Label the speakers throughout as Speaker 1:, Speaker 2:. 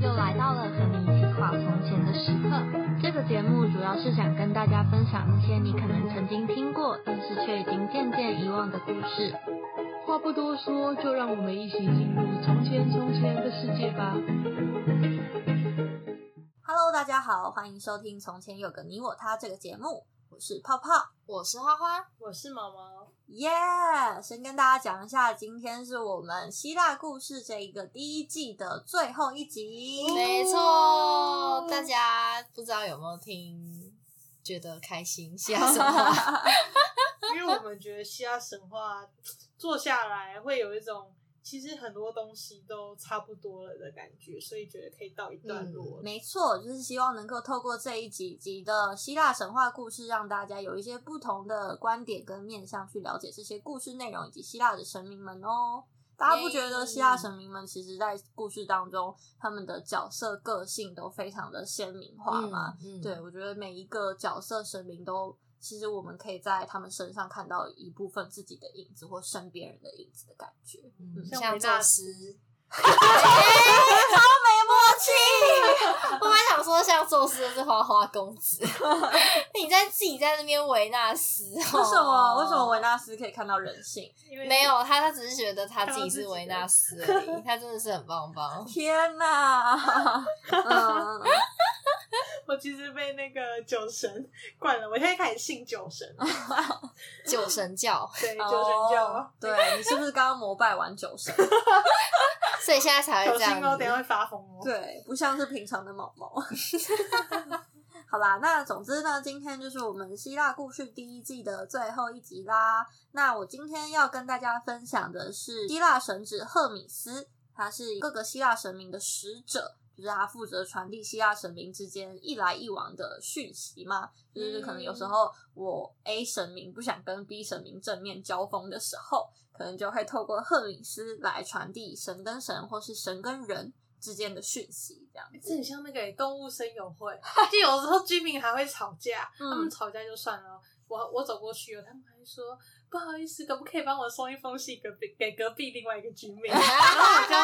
Speaker 1: 又来到了和你一起画从前的时刻。这个节目主要是想跟大家分享一些你可能曾经听过，但是却已经渐渐遗忘的故事。
Speaker 2: 话不多说，就让我们一起进入从前从前的世界吧。
Speaker 1: Hello，大家好，欢迎收听《从前有个你我他》这个节目，我是泡泡。
Speaker 3: 我是花花，
Speaker 2: 我是毛毛，
Speaker 1: 耶先跟大家讲一下，今天是我们希腊故事这一个第一季的最后一集。
Speaker 3: 没错。大家不知道有没有听，觉得开心，笑什么？
Speaker 2: 因为我们觉得希腊神话做下来会有一种其实很多东西都差不多了的感觉，所以觉得可以到一段落了。
Speaker 1: 没错，就是希望能够透过这一几集的希腊神话故事，让大家有一些不同的观点跟面向去了解这些故事内容以及希腊的神明们哦。大家不觉得希腊神明们其实在故事当中，他们的角色个性都非常的鲜明化吗？
Speaker 3: 嗯，
Speaker 1: 对，我觉得每一个角色神明都，其实我们可以在他们身上看到一部分自己的影子或身边人的影子的感觉。
Speaker 3: 嗯
Speaker 1: 嗯，
Speaker 2: 像
Speaker 3: 像
Speaker 2: 维纳
Speaker 3: 宙
Speaker 2: 斯
Speaker 3: 斯，
Speaker 1: 没
Speaker 3: 我本来想说像宙斯是花花公子， 你在自己在那边维纳斯，为哦
Speaker 1: 默契，为什么？为什么维纳斯可以看到人性？
Speaker 2: 因为
Speaker 3: 没有他？他只是觉得他自己是维纳斯 而已，他真的是很棒棒。
Speaker 1: 天哪！嗯，
Speaker 2: 我其实被那个酒神灌了，我现在开始信酒神，
Speaker 3: 酒神教，
Speaker 2: 对酒神
Speaker 1: 哦
Speaker 2: 教。
Speaker 1: 对你是不是刚刚膜拜完酒神？
Speaker 3: 所以现在才
Speaker 2: 小
Speaker 3: 会这
Speaker 2: 心
Speaker 3: 样
Speaker 2: 哦，等一下
Speaker 3: 子。
Speaker 2: 会发疯哦。
Speaker 1: 对，不像是平常的毛毛。 好啦，那总之呢，今天就是我们希腊故事第一季的最后一集啦。那我今天要跟大家分享的是希腊神祇赫米斯，他是各个希腊神明的使者，就是他负责传递希腊神明之间一来一往的讯息嘛。就是可能有
Speaker 2: 嗯
Speaker 1: 时候我 A 神明不想跟 B 神明正面交锋的时候，可能就会透过赫米斯来传递神跟神或是神跟人之间的讯息，这样。
Speaker 2: 这很像那个动物声友会，就有时候居民还会吵架，
Speaker 1: 嗯
Speaker 2: 他们吵架就算了。我我走过去了，他们还说不好意思，可不可以帮我送一封信给壁给隔壁另外一个居民？然后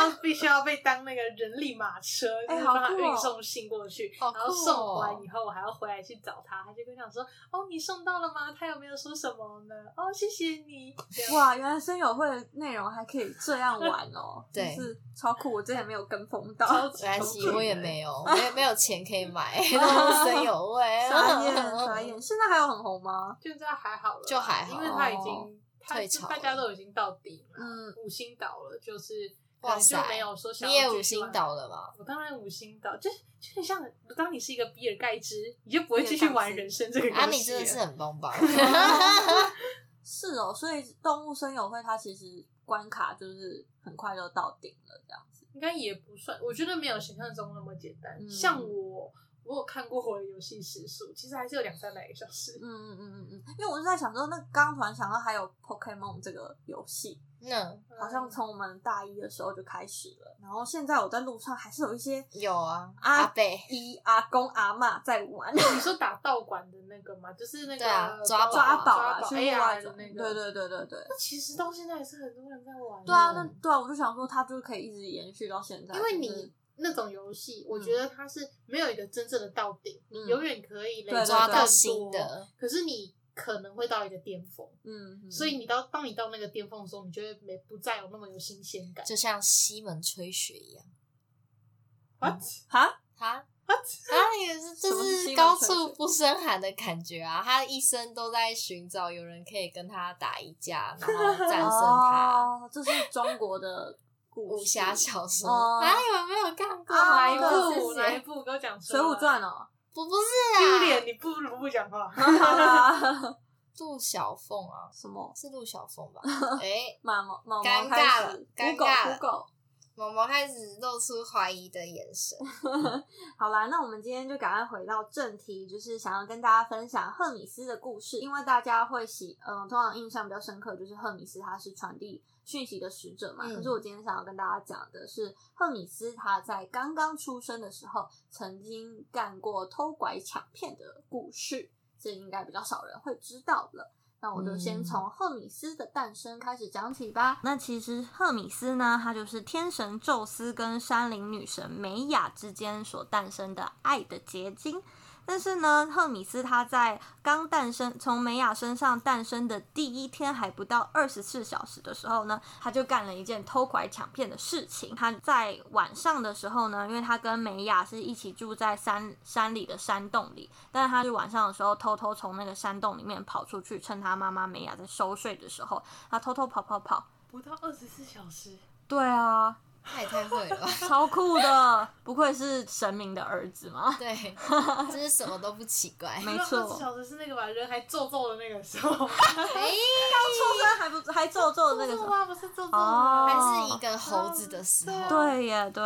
Speaker 2: 我就必须要被当那个人力马车，就
Speaker 1: 哎
Speaker 2: 是
Speaker 1: 好
Speaker 2: 帮他
Speaker 1: 酷哦
Speaker 2: 运送信过去。
Speaker 3: 好酷
Speaker 2: 然后送完
Speaker 3: 哦
Speaker 2: 以后，我还要回来去找他。他就跟我讲说：“哦，你送到了吗？他有没有说什么呢？哦，谢谢你。”这样
Speaker 1: 嗯哇，原来声友会的内容还可以这样玩 哦，
Speaker 3: 对
Speaker 1: 就是超酷！我之前没有跟风到，
Speaker 2: 超级
Speaker 3: 没关系，
Speaker 2: 酷
Speaker 3: 我也
Speaker 2: 的
Speaker 3: 没有，没有没有钱可 以买，那生有味。
Speaker 1: 傻 眼傻眼，现在还有很红吗？
Speaker 2: 现在还好了，
Speaker 3: 就还好
Speaker 2: 因为他已经他
Speaker 3: 退潮了
Speaker 2: 大家都已经到顶了，
Speaker 1: 嗯，
Speaker 2: 五星岛了，就是
Speaker 3: 哇
Speaker 2: 可能就
Speaker 3: 塞
Speaker 2: 没有说想
Speaker 3: 你
Speaker 2: 要
Speaker 3: 也
Speaker 2: 继续
Speaker 3: 五星
Speaker 2: 玩。
Speaker 3: 岛了吗？
Speaker 2: 我当然五星岛，就是就很像，当你是一个比尔盖茨，你就不会继续玩人生这个游戏了。
Speaker 3: 啊，你真的是很棒棒。
Speaker 1: 啊 是哦，所以动物声友会它其实关卡就是很快就到顶了，这样子。
Speaker 2: 应该也不算，我觉得没有想象中那么简单。
Speaker 1: 嗯
Speaker 2: 像我，我有看过我的游戏时数，其实还是有两三百个小时。
Speaker 1: 嗯嗯嗯嗯嗯，因为我是在想说，那刚刚突然想到还有 Pokemon 这个游戏，
Speaker 3: 那
Speaker 1: 好像
Speaker 2: 嗯
Speaker 1: 从我们大一的时候就开始了，然后现在我在路上还是有一些
Speaker 3: 有啊，
Speaker 1: 啊
Speaker 3: 阿贝，
Speaker 1: 一阿公阿嬷在玩。
Speaker 2: 嗯你说打道馆的那个嘛，就是那个
Speaker 3: 对啊抓宝
Speaker 1: 抓宝
Speaker 2: 抓
Speaker 1: 啊，
Speaker 2: 宝
Speaker 1: 去
Speaker 2: AR
Speaker 1: 外
Speaker 2: 的那个，嗯
Speaker 1: 对对对对对。
Speaker 2: 那其实到现在也是很多人在玩。
Speaker 1: 对啊，
Speaker 3: 嗯
Speaker 1: 那对啊，我就想说，它就可以一直延续到现在，
Speaker 2: 因为
Speaker 1: 就是
Speaker 2: 你那种游戏，我觉得它是没有一个真正的到顶，
Speaker 1: 嗯
Speaker 2: 你永远可以累
Speaker 1: 对
Speaker 2: 积更
Speaker 3: 抓
Speaker 2: 多
Speaker 3: 到新，的，
Speaker 2: 可是你可能会到一个巅峰，
Speaker 1: 嗯，嗯
Speaker 2: 所以你到当你到那个巅峰的时候，你就会没不再有那么有新鲜感。
Speaker 3: 就像西门吹雪一样。
Speaker 1: 嗯
Speaker 2: What？
Speaker 1: 哈，
Speaker 3: 他
Speaker 2: 啊
Speaker 3: 他也是，
Speaker 1: 什么
Speaker 3: 就是
Speaker 1: 西
Speaker 3: 是
Speaker 1: 门
Speaker 3: 高
Speaker 1: 吹
Speaker 3: 处
Speaker 1: 雪
Speaker 3: 不胜寒的感觉啊！他一生都在寻找有人可以跟他打一架，然后战胜他。
Speaker 1: 哦，这是中国的故
Speaker 3: 武
Speaker 1: 事
Speaker 3: 侠小说
Speaker 1: 哦
Speaker 3: 啊，你们没有看过
Speaker 1: 啊我
Speaker 2: 哪
Speaker 3: 吗？
Speaker 2: 一
Speaker 1: 知道谢
Speaker 2: 部？
Speaker 1: 谢
Speaker 2: 哪一部？给我讲
Speaker 1: 《
Speaker 2: 出
Speaker 1: 水
Speaker 2: 来。
Speaker 1: 浒传》 哦，
Speaker 3: 不不
Speaker 2: 丢
Speaker 3: 是啊，
Speaker 2: 脸！你不如不讲话。
Speaker 3: 陆小凤啊，
Speaker 1: 什么？
Speaker 3: 是陆小凤 吧？哎，
Speaker 1: 妈妈妈妈
Speaker 3: 尴
Speaker 1: 开
Speaker 3: 尬
Speaker 1: 始
Speaker 3: 了尴尬了
Speaker 1: Google，Google
Speaker 3: 毛毛开始露出怀疑的眼神。
Speaker 1: 好啦，那我们今天就赶快回到正题，就是想要跟大家分享赫米斯的故事，因为大家会喜，嗯、通常印象比较深刻就是赫米斯他是传递讯息的使者嘛。
Speaker 3: 嗯
Speaker 1: 可是我今天想要跟大家讲的是，赫米斯他在刚刚出生的时候，曾经干过偷拐抢骗的故事，这应该比较少人会知道了。那我就先
Speaker 3: 嗯
Speaker 1: 从赫米斯的诞生开始讲起吧。那其实赫米斯呢，他就是天神宙斯跟山林女神美雅之间所诞生的爱的结晶。但是呢，赫米斯他在刚诞生，从美雅身上诞生的第一天还不到二十四小时的时候呢，他就干了一件偷拐抢骗的事情。他在晚上的时候呢，因为他跟美雅是一起住在山山里的山洞里，但是他是晚上的时候偷偷从那个山洞里面跑出去，趁他妈妈美雅在熟睡的时候，他偷偷跑跑跑。
Speaker 2: 不到二十四小时，
Speaker 1: 对啊，
Speaker 3: 那也太会了吧。
Speaker 1: 超酷的，不愧是神明的儿子 嘛。
Speaker 3: 对，真是什么都不奇怪。
Speaker 1: 没
Speaker 2: 不到
Speaker 1: 错
Speaker 2: 二十四小时是那个把人还皱皱的那个时 候，
Speaker 3: 哎，
Speaker 1: 出生还不还皱皱的那个时
Speaker 2: 皱皱
Speaker 1: 候，
Speaker 2: 吗？不是皱皱哎
Speaker 1: 哦
Speaker 2: 吗
Speaker 3: 还是一个猴子的时候。
Speaker 1: 对耶，对，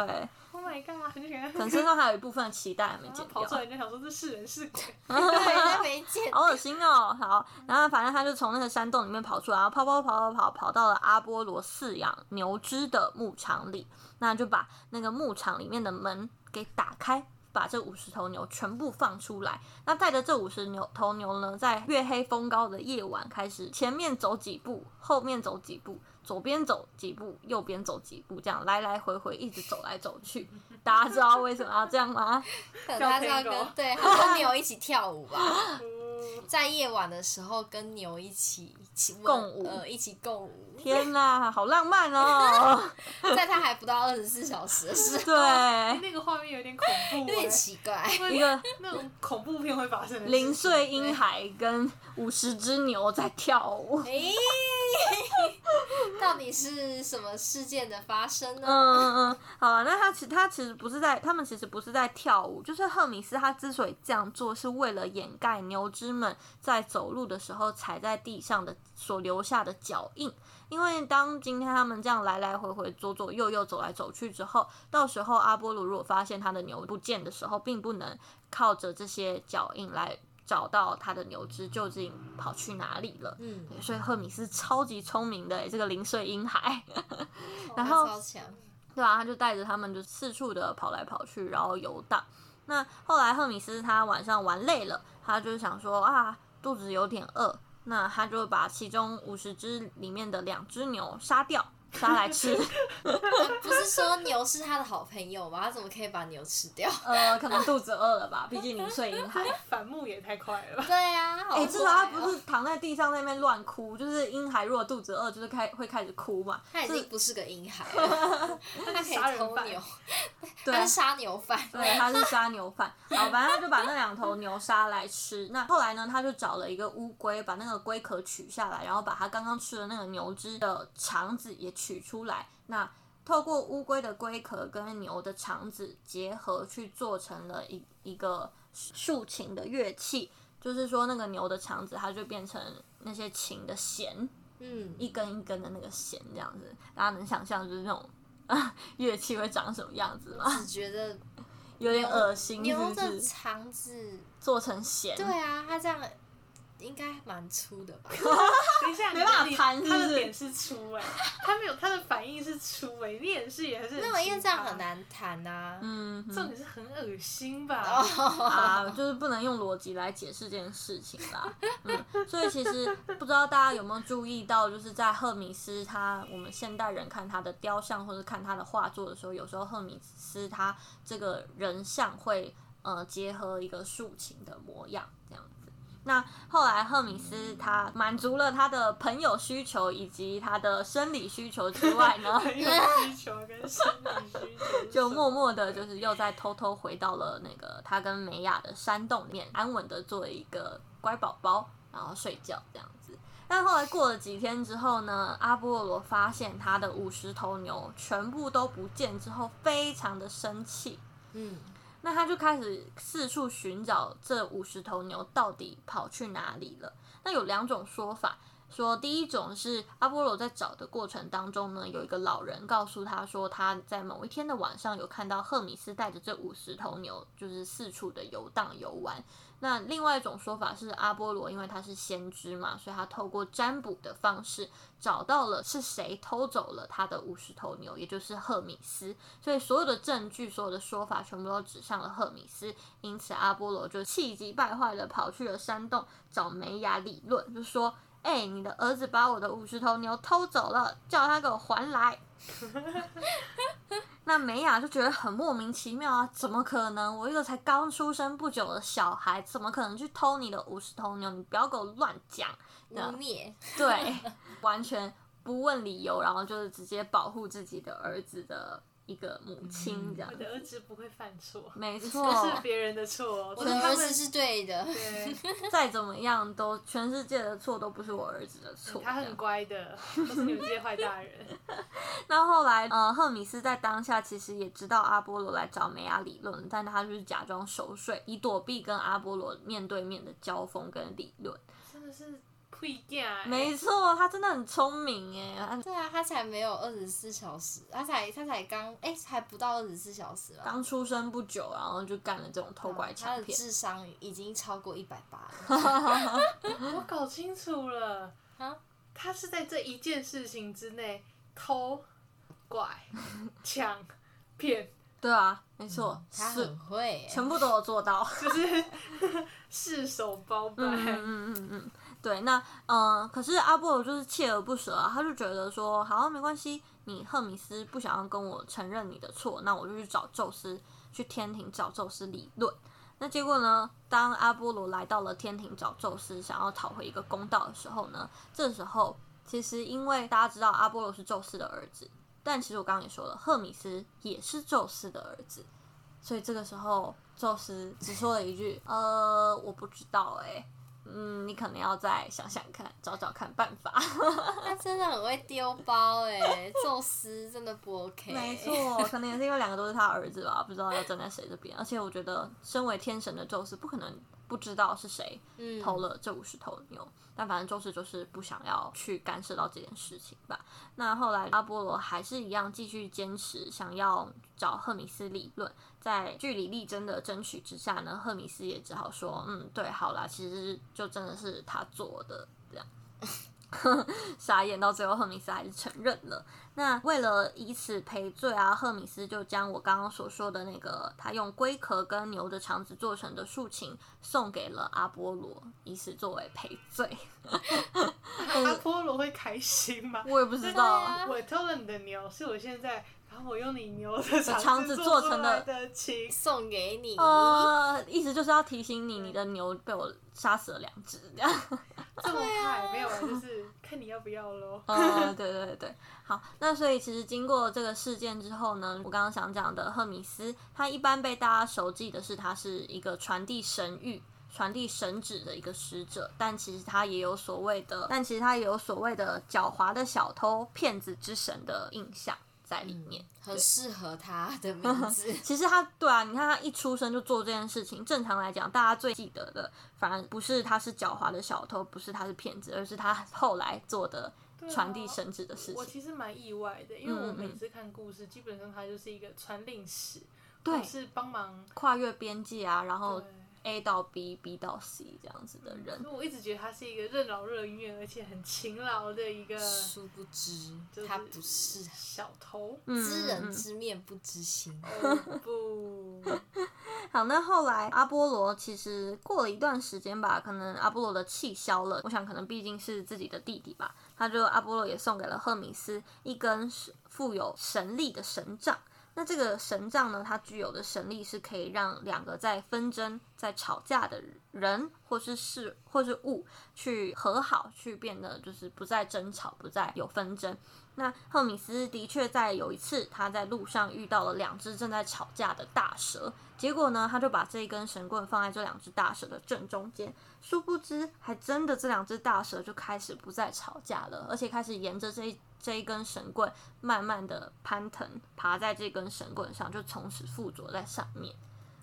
Speaker 2: ？Oh my god，很可爱。
Speaker 1: 可能身上还有一部分脐带还没
Speaker 2: 然后
Speaker 1: 剪
Speaker 2: 跑
Speaker 1: 掉
Speaker 2: 出。来，人家想说这是人是鬼，
Speaker 3: 对，那没见。
Speaker 1: 好恶心哦！好，然后反正他就从那个山洞里面跑出来，然后跑跑跑跑跑跑到了阿波罗饲养牛只的牧场里，那就把那个牧场里面的门给打开。把这五十头牛全部放出来，那带着这五十牛头牛呢，在月黑风高的夜晚开始，前面走几步，后面走几步，左边走几步，右边走几步，这样来来回回一直走来走去。大家知道为什么要这样吗？
Speaker 3: 可能他是要
Speaker 2: 跳
Speaker 3: 跟
Speaker 2: tango
Speaker 3: 对，他跟牛一起跳舞吧，
Speaker 2: 嗯
Speaker 3: 在夜晚的时候跟牛一起一起吻
Speaker 1: 共舞
Speaker 3: 呃，一起共舞。
Speaker 1: 天哪，好浪漫哦！
Speaker 3: 在他还不到二十四小时 的时候，
Speaker 1: 对，
Speaker 2: 那个画面有点恐怖
Speaker 3: 有
Speaker 2: 欸，
Speaker 3: 点奇怪。
Speaker 1: 一个
Speaker 2: 那种恐怖片会发生的事情
Speaker 1: 零碎婴孩跟五十只牛在跳舞。
Speaker 3: 哎，到底是什么事件的发生
Speaker 1: 嗯
Speaker 3: 呢？
Speaker 1: 嗯嗯，好了，那他其他其实不是在，他们其实不是在跳舞，就是赫米斯他之所以这样做，是为了掩盖牛只们在走路的时候踩在地上的所留下的脚印。因为当今天他们这样来来回回、左左右右走来走去之后，到时候阿波罗如果发现他的牛不见的时候，并不能靠着这些脚印来找到他的牛只究竟跑去哪里了。
Speaker 3: 嗯，
Speaker 1: 对，所以赫米斯超级聪明的欸，这个零碎婴孩， 然
Speaker 3: 他
Speaker 1: 后
Speaker 3: 超强。
Speaker 1: 对啊，他就带着他们就四处的跑来跑去，然后游荡。那后来赫米斯他晚上玩累了，他就想说啊，肚子有点饿，那他就把其中五十只里面的两只牛杀掉，杀来吃。
Speaker 3: 不是说牛是他的好朋友吗？他怎么可以把牛吃掉？
Speaker 1: 呃，可能肚子饿了吧，毕竟零碎婴孩。
Speaker 2: 反目也太快了吧？
Speaker 3: 对呀、啊，好
Speaker 1: 哎、
Speaker 3: 坏哦
Speaker 1: 至少他不是躺在地上那边乱哭，就是婴孩如果肚子饿，就是开会开始哭嘛。
Speaker 3: 他已
Speaker 1: 是
Speaker 3: 经不是个婴孩 了，他可以偷牛，
Speaker 1: 对啊
Speaker 3: 他是杀牛犯。
Speaker 1: 对，他是杀牛贩。好，反正他就把那两头牛杀来吃。那后来呢，他就找了一个乌龟，把那个龟壳取下来，然后把他刚刚吃的那个牛只的肠子也取出来。那透过乌龟的龟壳跟牛的肠子结合，去做成了一一个竖琴的乐器。就是说，那个牛的肠子，它就变成那些琴的弦，
Speaker 3: 嗯，
Speaker 1: 一根一根的那个弦这样子。大家能想象就是那种、 啊、乐器会长什么样子吗？
Speaker 3: 只觉得
Speaker 1: 有点恶心，是
Speaker 3: 牛
Speaker 1: 不
Speaker 3: 的
Speaker 1: 是？
Speaker 3: 肠子，
Speaker 1: 做成咸，
Speaker 3: 对啊，它这样应该蛮粗的吧？
Speaker 2: 等一下，
Speaker 1: 没办法
Speaker 2: 你
Speaker 1: 弹
Speaker 2: 他
Speaker 1: 是不是
Speaker 2: 的脸是粗哎，他没有他的反应是粗哎，你演是也还是很
Speaker 3: 那我因为这样
Speaker 2: 奇葩
Speaker 3: 很。难弹呐、啊。
Speaker 1: 嗯，
Speaker 2: 重点是很恶心吧？
Speaker 3: 哦，
Speaker 1: 啊，就是不能用逻辑来解释这件事情啦。嗯，所以其实不知道大家有没有注意到，就是在赫米斯他我们现代人看他的雕像或者看他的画作的时候，有时候赫米斯他这个人像会呃结合一个竖琴的模样这样子。那后来，赫米斯他满足了他的朋友需求以及他的生理需求之外呢，
Speaker 2: 很有需求跟生理需求，
Speaker 1: 就默默的，就是又再偷偷回到了那个他跟美雅的山洞里面，安稳的做一个乖宝宝，然后睡觉这样子。但后来过了几天之后呢，阿波罗发现他的五十头牛全部都不见之后，非常的生气。
Speaker 3: 嗯，
Speaker 1: 那他就开始四处寻找这五十头牛到底跑去哪里了。那有两种说法，说第一种是阿波罗在找的过程当中呢，有一个老人告诉他说，他在某一天的晚上有看到赫米斯带着这五十头牛，就是四处的游荡游玩。那另外一种说法是，阿波罗因为他是先知嘛，所以他透过占卜的方式找到了是谁偷走了他的五十头牛，也就是赫米斯。所以所有的证据、所有的说法全部都指向了赫米斯，因此阿波罗就气急败坏的跑去了山洞找梅雅理论，就说：“哎、你的儿子把我的五十头牛偷走了，叫他给我还来。那美雅就觉得很莫名其妙啊，怎么可能？我一个才刚出生不久的小孩，怎么可能去偷你的五十头牛？你不要给我乱讲。
Speaker 3: 污蔑，
Speaker 1: 对，完全不问理由，然后就是直接保护自己的儿子的一个母
Speaker 3: 嗯
Speaker 1: 亲这样
Speaker 2: 我。的儿子不会犯错，
Speaker 1: 没
Speaker 2: 不
Speaker 1: 嗯错，
Speaker 2: 是别人的错哦，
Speaker 3: 我
Speaker 2: 是
Speaker 3: 的
Speaker 2: 他们
Speaker 3: 儿子是对的，
Speaker 2: 对，
Speaker 1: 再怎么样都全世界的错都不是我儿子的
Speaker 3: 嗯
Speaker 1: 错。
Speaker 2: 他
Speaker 1: 这
Speaker 2: 很
Speaker 1: 样
Speaker 2: 乖的，不是你们这些坏大人。
Speaker 1: 那后来，呃，赫米斯在当下其实也知道阿波罗来找梅亚理论，但他就是假装熟睡，以躲避跟阿波罗面对面的交锋跟理论。
Speaker 2: 真的是配件、
Speaker 3: 哎
Speaker 2: 欸，
Speaker 1: 没错，他真的很聪明哎，
Speaker 3: 对啊，他才没有二十四小时，他才他才刚哎、才不到二十四小时吧。
Speaker 1: 刚出生不久，然后就干了这种偷拐
Speaker 3: 嗯他
Speaker 1: 抢
Speaker 3: 的
Speaker 1: 骗。
Speaker 3: 智商已经超过一百八了，
Speaker 2: 我搞清楚了
Speaker 3: 啊，
Speaker 2: 他是在这一件事情之内偷、 拐、抢、骗，
Speaker 1: 对啊，没错，
Speaker 3: 嗯他
Speaker 1: 是
Speaker 3: 很会欸、
Speaker 1: 全部都有做到。
Speaker 2: 就是 赤手包办。
Speaker 1: 嗯嗯嗯嗯嗯，对，那呃，可是阿波罗就是锲而不舍啊，他就觉得说，好，没关系，你赫米斯不想要跟我承认你的错，那我就去找宙斯，去天庭找宙斯理论。那结果呢？当阿波罗来到了天庭找宙斯，想要讨回一个公道的时候呢，这时候其实因为大家知道阿波罗是宙斯的儿子，但其实我刚刚也说了，赫米斯也是宙斯的儿子，所以这个时候宙斯只说了一句：“呃，我不知道、欸，哎，嗯，你可能要再想想看，找找看办法。
Speaker 3: 他真的很会丢包哎、宙斯真的不 OK，
Speaker 1: 没错，可能也是因为两个都是他儿子吧，不知道要站在谁这边。而且我觉得，身为天神的宙斯不可能不知道是谁
Speaker 3: 嗯，
Speaker 1: 偷了这五十头牛，但反正宙斯就是不想要去干涉到这件事情吧。那后来阿波罗还是一样继续坚持想要找赫米斯理论，在据理力争的争取之下呢，赫米斯也只好说，嗯，对，好啦，其实就真的是他做的这样。 傻眼到最后，赫米斯还是承认了。那为了以此赔罪啊，赫米斯就将我刚刚所说的那个他用龟壳跟牛的肠子做成的竖琴送给了阿波罗，以此作为赔罪。
Speaker 2: 阿波罗会开心吗？
Speaker 1: 我也不知道啊，
Speaker 2: 我偷了你的牛，是我现在，然后我用你牛的
Speaker 1: 肠子
Speaker 2: 子
Speaker 1: 做
Speaker 2: 出
Speaker 1: 成
Speaker 2: 来
Speaker 1: 的
Speaker 2: 的琴，
Speaker 3: 送给你，
Speaker 1: 呃，意思就是要提醒你，你的牛被我杀死了两只，这样。
Speaker 2: 这么快没有啊？就是看你要不要喽。
Speaker 1: 呃，对对对对，好，那所以其实经过这个事件之后呢，我刚刚想讲的赫米斯，他一般被大家熟记的是他是一个传递神谕。传递神旨的一个使者，但其实他也有所谓的，但其实他也有所谓的狡猾的小偷、骗子之神的印象在里面。
Speaker 3: 很适合他的 名字，
Speaker 1: 其实他对啊，你看他一出生就做这件事情，正常来讲，大家最记得的反而不是他是狡猾的小偷，不是他是骗子，而是他后来做的
Speaker 2: 对啊
Speaker 1: 传递神旨的事
Speaker 2: 我
Speaker 1: 情。
Speaker 2: 其实蛮意外的，因为我
Speaker 1: 嗯嗯
Speaker 2: 每次看故事，基本上他就是一个传令使，
Speaker 1: 对
Speaker 2: 或是帮忙。
Speaker 1: 跨越边界啊，然后
Speaker 2: 对
Speaker 1: A 到 B，B 到 C 这样子的人
Speaker 2: 所。以我一直觉得他是一个任劳任怨，而且很勤劳的一个
Speaker 3: 殊不知
Speaker 2: 就是
Speaker 3: 他不是，啊
Speaker 2: 小偷。
Speaker 1: 嗯
Speaker 3: 知
Speaker 1: 嗯
Speaker 3: 人
Speaker 1: 嗯
Speaker 3: 知面不知心，
Speaker 2: 哦 不，
Speaker 3: 啊
Speaker 1: 好，那后来阿波罗其实过了一段时间吧，可能阿波罗的气消了，我想可能毕竟是自己的弟弟吧，他就阿波罗也送给了赫米斯一根是富有神力的神杖。那这个神杖呢，它具有的神力是可以让两个在纷争、在吵架的人或是事或是物去和好，去变得就是不再争吵，不再有纷争。那赫米斯的确在有一次，他在路上遇到了两只正在吵架的大蛇，结果呢，他就把这一根神棍放在这两只大蛇的正中间，殊不知还真的这两只大蛇就开始不再吵架了，而且开始沿着这一这一根神棍慢慢的攀藤，爬在这根神棍上，就从此附着在上面，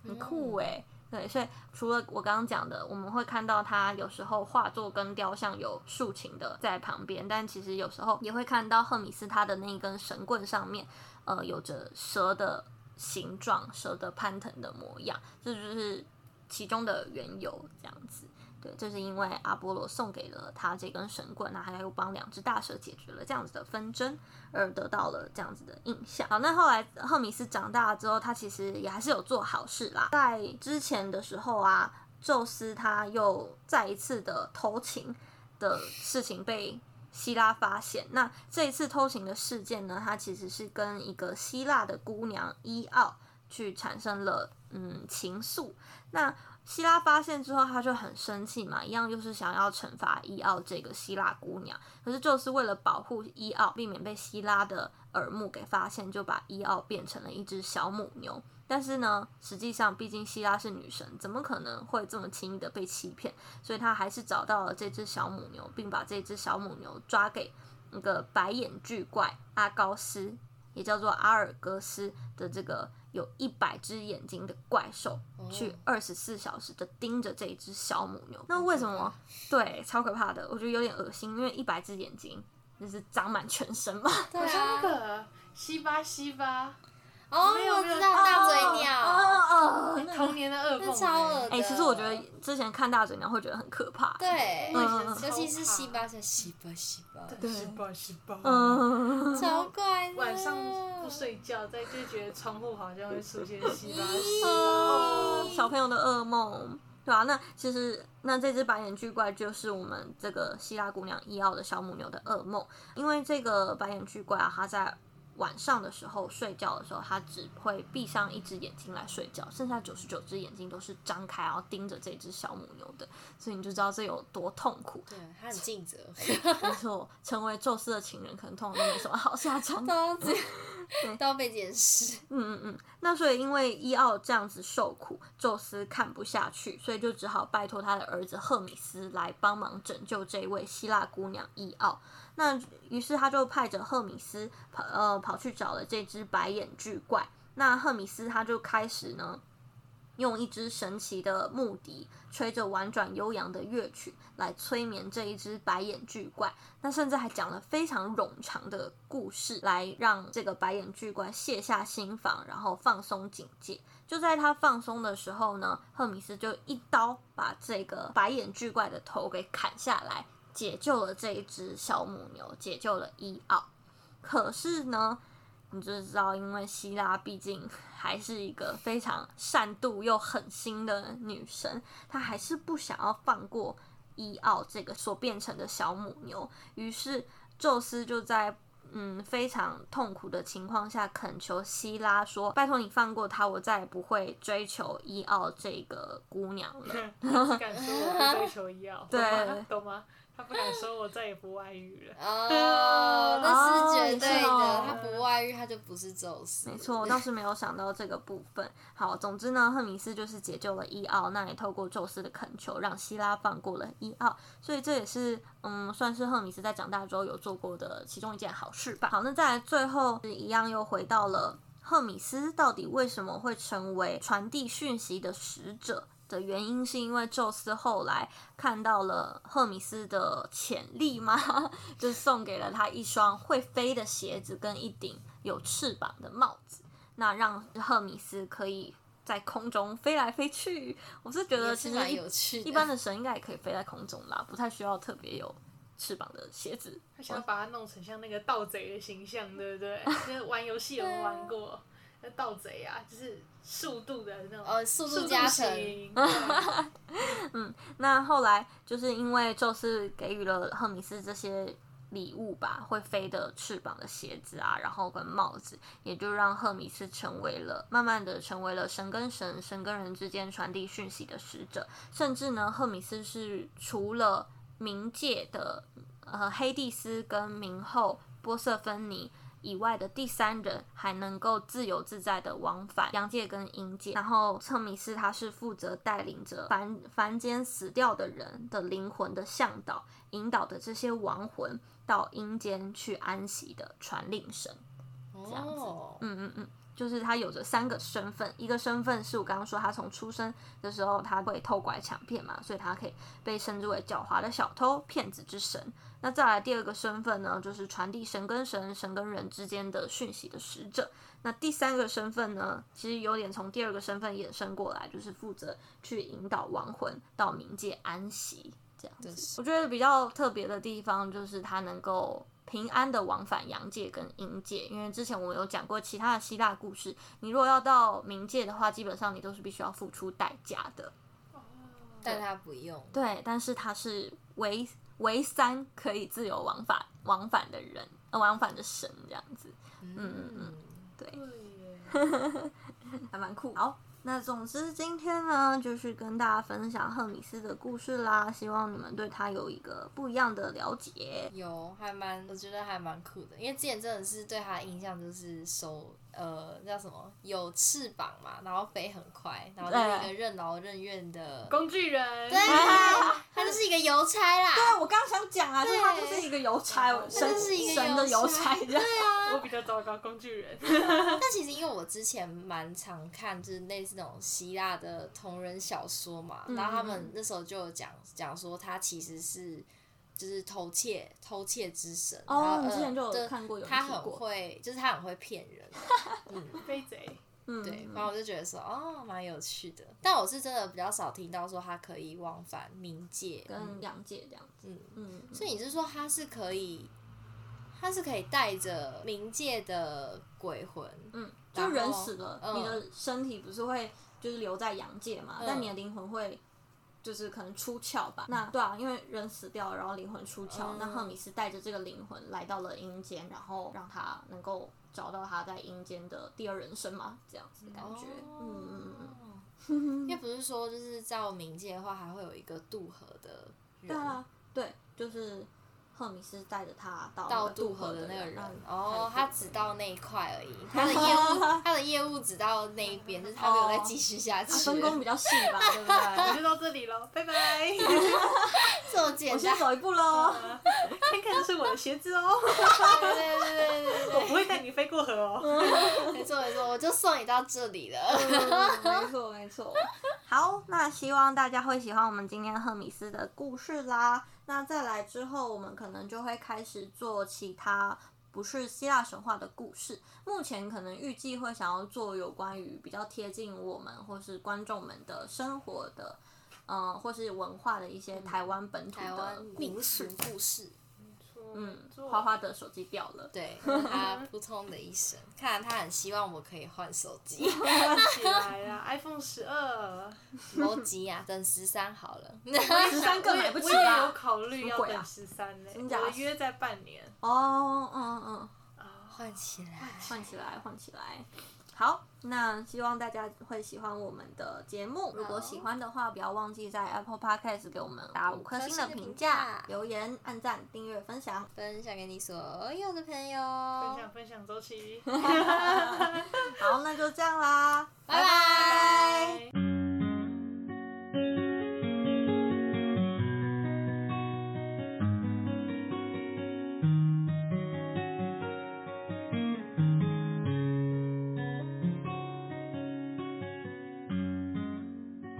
Speaker 1: 很酷诶、对，所以除了我刚刚讲的，我们会看到他有时候画作跟雕像有竖琴的在旁边，但其实有时候也会看到赫米斯他的那一根神棍上面，呃，有着蛇的形状、蛇的攀藤的模样，这就是其中的缘由，这样子。对，这是因为阿波罗送给了他这根神棍，那他又帮两只大蛇解决了这样子的纷争，而得到了这样子的印象。好，那后来赫米斯长大了之后，他其实也还是有做好事啦。在之前的时候啊，宙斯他又再一次的偷情，的事情被希拉发现。那这一次偷情的事件呢，它其实是跟一个希腊的姑娘伊奥去产生了嗯情愫。那希拉发现之后，他就很生气嘛，一样就是想要惩罚伊奥这个希腊姑娘。可是就是为了保护伊奥，避免被希拉的耳目给发现，就把伊奥变成了一只小母牛。但是呢，实际上毕竟希拉是女神，怎么可能会这么轻易的被欺骗？所以他还是找到了这只小母牛，并把这只小母牛抓给那个白眼巨怪阿高斯，也叫做阿尔戈斯的这个有一百只眼睛的怪兽，
Speaker 3: 哦
Speaker 1: 去二十四小时的盯着这一只小母牛。那为什么？对，超可怕的，我觉得有点恶心，因为一百只眼睛就是长满全身嘛。
Speaker 3: 对
Speaker 2: 好像那
Speaker 3: 啊，
Speaker 2: 个西巴西巴，
Speaker 3: 哦，
Speaker 2: 没有
Speaker 3: 我
Speaker 2: 没有
Speaker 3: 知道大嘴鸟，
Speaker 1: 哦哦
Speaker 2: 童年的噩梦、欸
Speaker 3: 那超恶
Speaker 1: 哎、
Speaker 3: 的。
Speaker 1: 其实我觉得之前看大嘴鸟会觉得很可怕。
Speaker 3: 对，
Speaker 1: 嗯
Speaker 3: 尤其是西巴，是西巴西巴，
Speaker 1: 对
Speaker 2: 西巴西巴，
Speaker 1: 嗯，
Speaker 3: 超怪的。
Speaker 2: 晚上不睡觉，在就觉得窗户好像会出现西巴西
Speaker 3: 咦
Speaker 2: 巴。
Speaker 1: 哦小朋友的噩梦，对啊，那其实那这只白眼巨怪就是我们这个希腊姑娘伊奥的小母牛的噩梦，因为这个白眼巨怪啊，它在晚上的时候睡觉的时候，它只会闭上一只眼睛来睡觉，剩下九十九只眼睛都是张开，然后盯着这只小母牛的，所以你就知道这有多痛苦。
Speaker 3: 对，他很尽 责，
Speaker 1: 没错，成为宙斯的情人，可能通常都没什么好下场。
Speaker 3: 都这都要被监视。
Speaker 1: 嗯嗯嗯，那所以因为伊奥这样子受苦，宙斯看不下去，所以就只好拜托他的儿子赫米斯来帮忙拯救这位希腊姑娘伊奥。那于是他就派着赫米斯跑呃跑去找了这只白眼巨怪。那赫米斯他就开始呢，用一支神奇的木笛，吹着婉转悠扬的乐曲来催眠这一只白眼巨怪。那甚至还讲了非常冗长的故事，来让这个白眼巨怪卸下心防，然后放松警戒。就在他放松的时候呢，赫米斯就一刀把这个白眼巨怪的头给砍下来，解救了这一只小母牛，解救了伊奥。可是呢，你就知道，因为希拉毕竟还是一个非常善妒又狠心的女神，她还是不想要放过伊奥这个所变成的小母牛。于是，宙斯就在嗯非常痛苦的情况下恳求希拉说：“拜托你放过她，我再也不会追求伊奥这个姑娘了。”
Speaker 2: 不 敢说我不追求一样，
Speaker 1: 对
Speaker 2: 懂吗懂吗？他不敢说我再也不外遇了。
Speaker 3: 哦，那是绝对
Speaker 1: 啊哦
Speaker 3: 的，他不外遇他就不是宙斯。
Speaker 1: 没错，我倒是没有想到这个部分。好，总之呢，赫米斯就是解救了伊奥，那也透过宙斯的恳求，让希拉放过了伊奥，所以这也是嗯，算是赫米斯在长大之后有做过的其中一件好事吧。好，那再来最后是一样又回到了赫米斯到底为什么会成为传递讯息的使者。的原因是因为宙斯后来看到了赫米斯的潜力吗？就送给了他一双会飞的鞋子跟一顶有翅膀的帽子，那让赫米斯可以在空中飞来飞去。我是觉得
Speaker 3: 也
Speaker 1: 其
Speaker 3: 是
Speaker 1: 实
Speaker 3: 蛮
Speaker 1: 一
Speaker 3: 有趣的。
Speaker 1: 一般的神应该也可以飞在空中啦，不太需要特别有翅膀的鞋子。
Speaker 2: 他想要把它弄成像那个盗贼的形象，对不 对？就是玩游戏有没
Speaker 1: 啊
Speaker 2: 有玩过，那盗贼啊，就是速度的那种，
Speaker 1: 哦
Speaker 3: 呃速度加成
Speaker 2: 型。啊
Speaker 1: 那后来就是因为宙斯给予了赫米斯这些礼物吧，会飞的翅膀的鞋子啊，然后跟帽子，也就让赫米斯成为了慢慢的成为了神跟神、神跟人之间传递讯息的使者，甚至呢，赫米斯是除了冥界的呃黑蒂斯跟冥后波瑟芬尼。以外的第三人还能够自由自在的往返阳界跟阴界，然后赫米斯他是负责带领着凡凡间死掉的人的灵魂的向导，引导的这些亡魂到阴间去安息的传令神。这样子
Speaker 3: 哦，
Speaker 1: 嗯嗯嗯，就是他有着三个身份，一个身份是我刚刚说他从出生的时候他会偷拐抢骗嘛，所以他可以被称之为狡猾的小偷、骗子之神。那再来第二个身份呢，就是传递神跟神、神跟人之间的讯息的使者。那第三个身份呢，其实有点从第二个身份衍生过来，就是负责去引导亡魂到冥界安息这样
Speaker 3: 真
Speaker 1: 子。
Speaker 3: 是
Speaker 1: 我觉得比较特别的地方就是它能够平安的往返阳界跟阴界，因为之前我们有讲过其他的希腊故事，你如果要到冥界的话，基本上你都是必须要付出代价的。
Speaker 3: 但他不用。
Speaker 1: 对，但是它是唯唯三可以自由往返往返的人，呃往返的神这样子，嗯嗯对，
Speaker 2: 对耶，
Speaker 1: 还蛮酷。好，那总之今天呢，就是跟大家分享赫米斯的故事啦，希望你们对他有一个不一样的了解。
Speaker 3: 有还蛮，我觉得还蛮酷的，因为之前真的是对他的印象就是手呃叫什么有翅膀嘛，然后飞很快，然后就是一个任劳任怨的，
Speaker 2: 工具人，
Speaker 3: 对，啊他就是一个邮差啦，
Speaker 1: 啊对，我刚刚想讲啊，就是他就
Speaker 3: 对
Speaker 1: 是一个邮差，我神
Speaker 3: 他就是一个
Speaker 1: 神的
Speaker 3: 邮
Speaker 1: 邮
Speaker 3: 差
Speaker 1: 差这 样。
Speaker 2: 我比较糟糕，工具人，
Speaker 3: 但其实因为我之前蛮常看，就是类似那种希腊的同人小说嘛，
Speaker 1: 嗯
Speaker 3: 然后他们那时候就有讲讲说他其实是就是偷窃偷窃之神，然
Speaker 1: 哦，
Speaker 3: 后
Speaker 1: 你之前就
Speaker 3: 呃
Speaker 1: 有
Speaker 3: 对
Speaker 1: 看过，有人
Speaker 3: 他
Speaker 1: 提
Speaker 3: 很
Speaker 1: 过，
Speaker 3: 会，就是他很会骗人， 嗯，
Speaker 2: 飞贼，
Speaker 1: 嗯，
Speaker 3: 对，反正我就觉得说哦蛮有趣的，但我是真的比较少听到说他可以往返冥界，
Speaker 1: 跟杨姐这样子，
Speaker 3: 嗯，
Speaker 1: 嗯，
Speaker 3: 所以你是说他是可以，他是可以带着冥界的鬼魂，
Speaker 1: 嗯，
Speaker 3: 然
Speaker 1: 就
Speaker 3: 后
Speaker 1: 人死了，
Speaker 3: 嗯
Speaker 1: 你的身体不是会就是留在阳界嘛，
Speaker 3: 嗯
Speaker 1: 但你的灵魂会就是可能出窍吧。那对啊，因为人死掉，然后灵魂出窍，
Speaker 3: 嗯
Speaker 1: 那赫米斯带着这个灵魂来到了阴间，然后让他能够找到他在阴间的第二人生嘛，这样子的感觉。嗯嗯嗯
Speaker 3: 嗯。
Speaker 1: 嗯，
Speaker 3: 哦因为不是说就是照冥界的话，还会有一个渡河的人，
Speaker 1: 对啊，对，就是赫米斯带着他到
Speaker 3: 到
Speaker 1: 那个哦渡
Speaker 3: 渡
Speaker 1: 河嗯
Speaker 3: 河的那个人
Speaker 1: 让。
Speaker 3: 哦，
Speaker 1: 有
Speaker 3: 他
Speaker 1: 渡
Speaker 3: 只到那一块而已，他的业 务他的业务只到那一边，就是他没有再继续下去
Speaker 1: 哦他。分工比较细吧，对不
Speaker 2: 我
Speaker 1: 对？
Speaker 2: 就到这里喽，拜拜。
Speaker 3: 这么简
Speaker 1: 我
Speaker 3: 单
Speaker 1: 先，走一步喽。
Speaker 2: 看看是我的鞋子哦，
Speaker 3: 对对对对
Speaker 2: 我不会带你飞过河哦。
Speaker 1: 嗯
Speaker 3: 对，没错没错，我就送你到这里了。
Speaker 1: 嗯没错没 错。好，那希望大家会喜欢我们今天赫米斯的故事啦。那再来之后，我们可能就会开始做其他不是希腊神话的故事。目前可能预计会想要做有关于比较贴近我们或是观众们的生活的，嗯、或是文化的一些台湾本土
Speaker 3: 嗯台湾
Speaker 1: 的故
Speaker 3: 民
Speaker 1: 事
Speaker 3: 俗。故事，
Speaker 1: 嗯，花花的手机掉了。
Speaker 3: 对他扑通的一声，看来他很希望我可以换手机，
Speaker 2: 起来啦，iPhone 十二，
Speaker 3: 手机啊，等十三好了。
Speaker 1: 十三个买不起
Speaker 2: 我也我也有
Speaker 1: 吧？
Speaker 2: 考虑要
Speaker 1: 什么鬼啊
Speaker 2: 等十三嘞，
Speaker 1: 真假
Speaker 2: 我约在半年
Speaker 1: 哦，嗯嗯。
Speaker 2: 啊。
Speaker 3: 换起来，
Speaker 1: 换起来，换起来。好，那希望大家会喜欢我们的节目。如果喜欢的话，不要忘记在 Apple Podcast 给我们打五颗星的评价
Speaker 3: 五颗星的评价、
Speaker 1: 留言、按赞、订阅、分享。
Speaker 3: 分享给你所有的朋友，
Speaker 2: 分享分享周琦。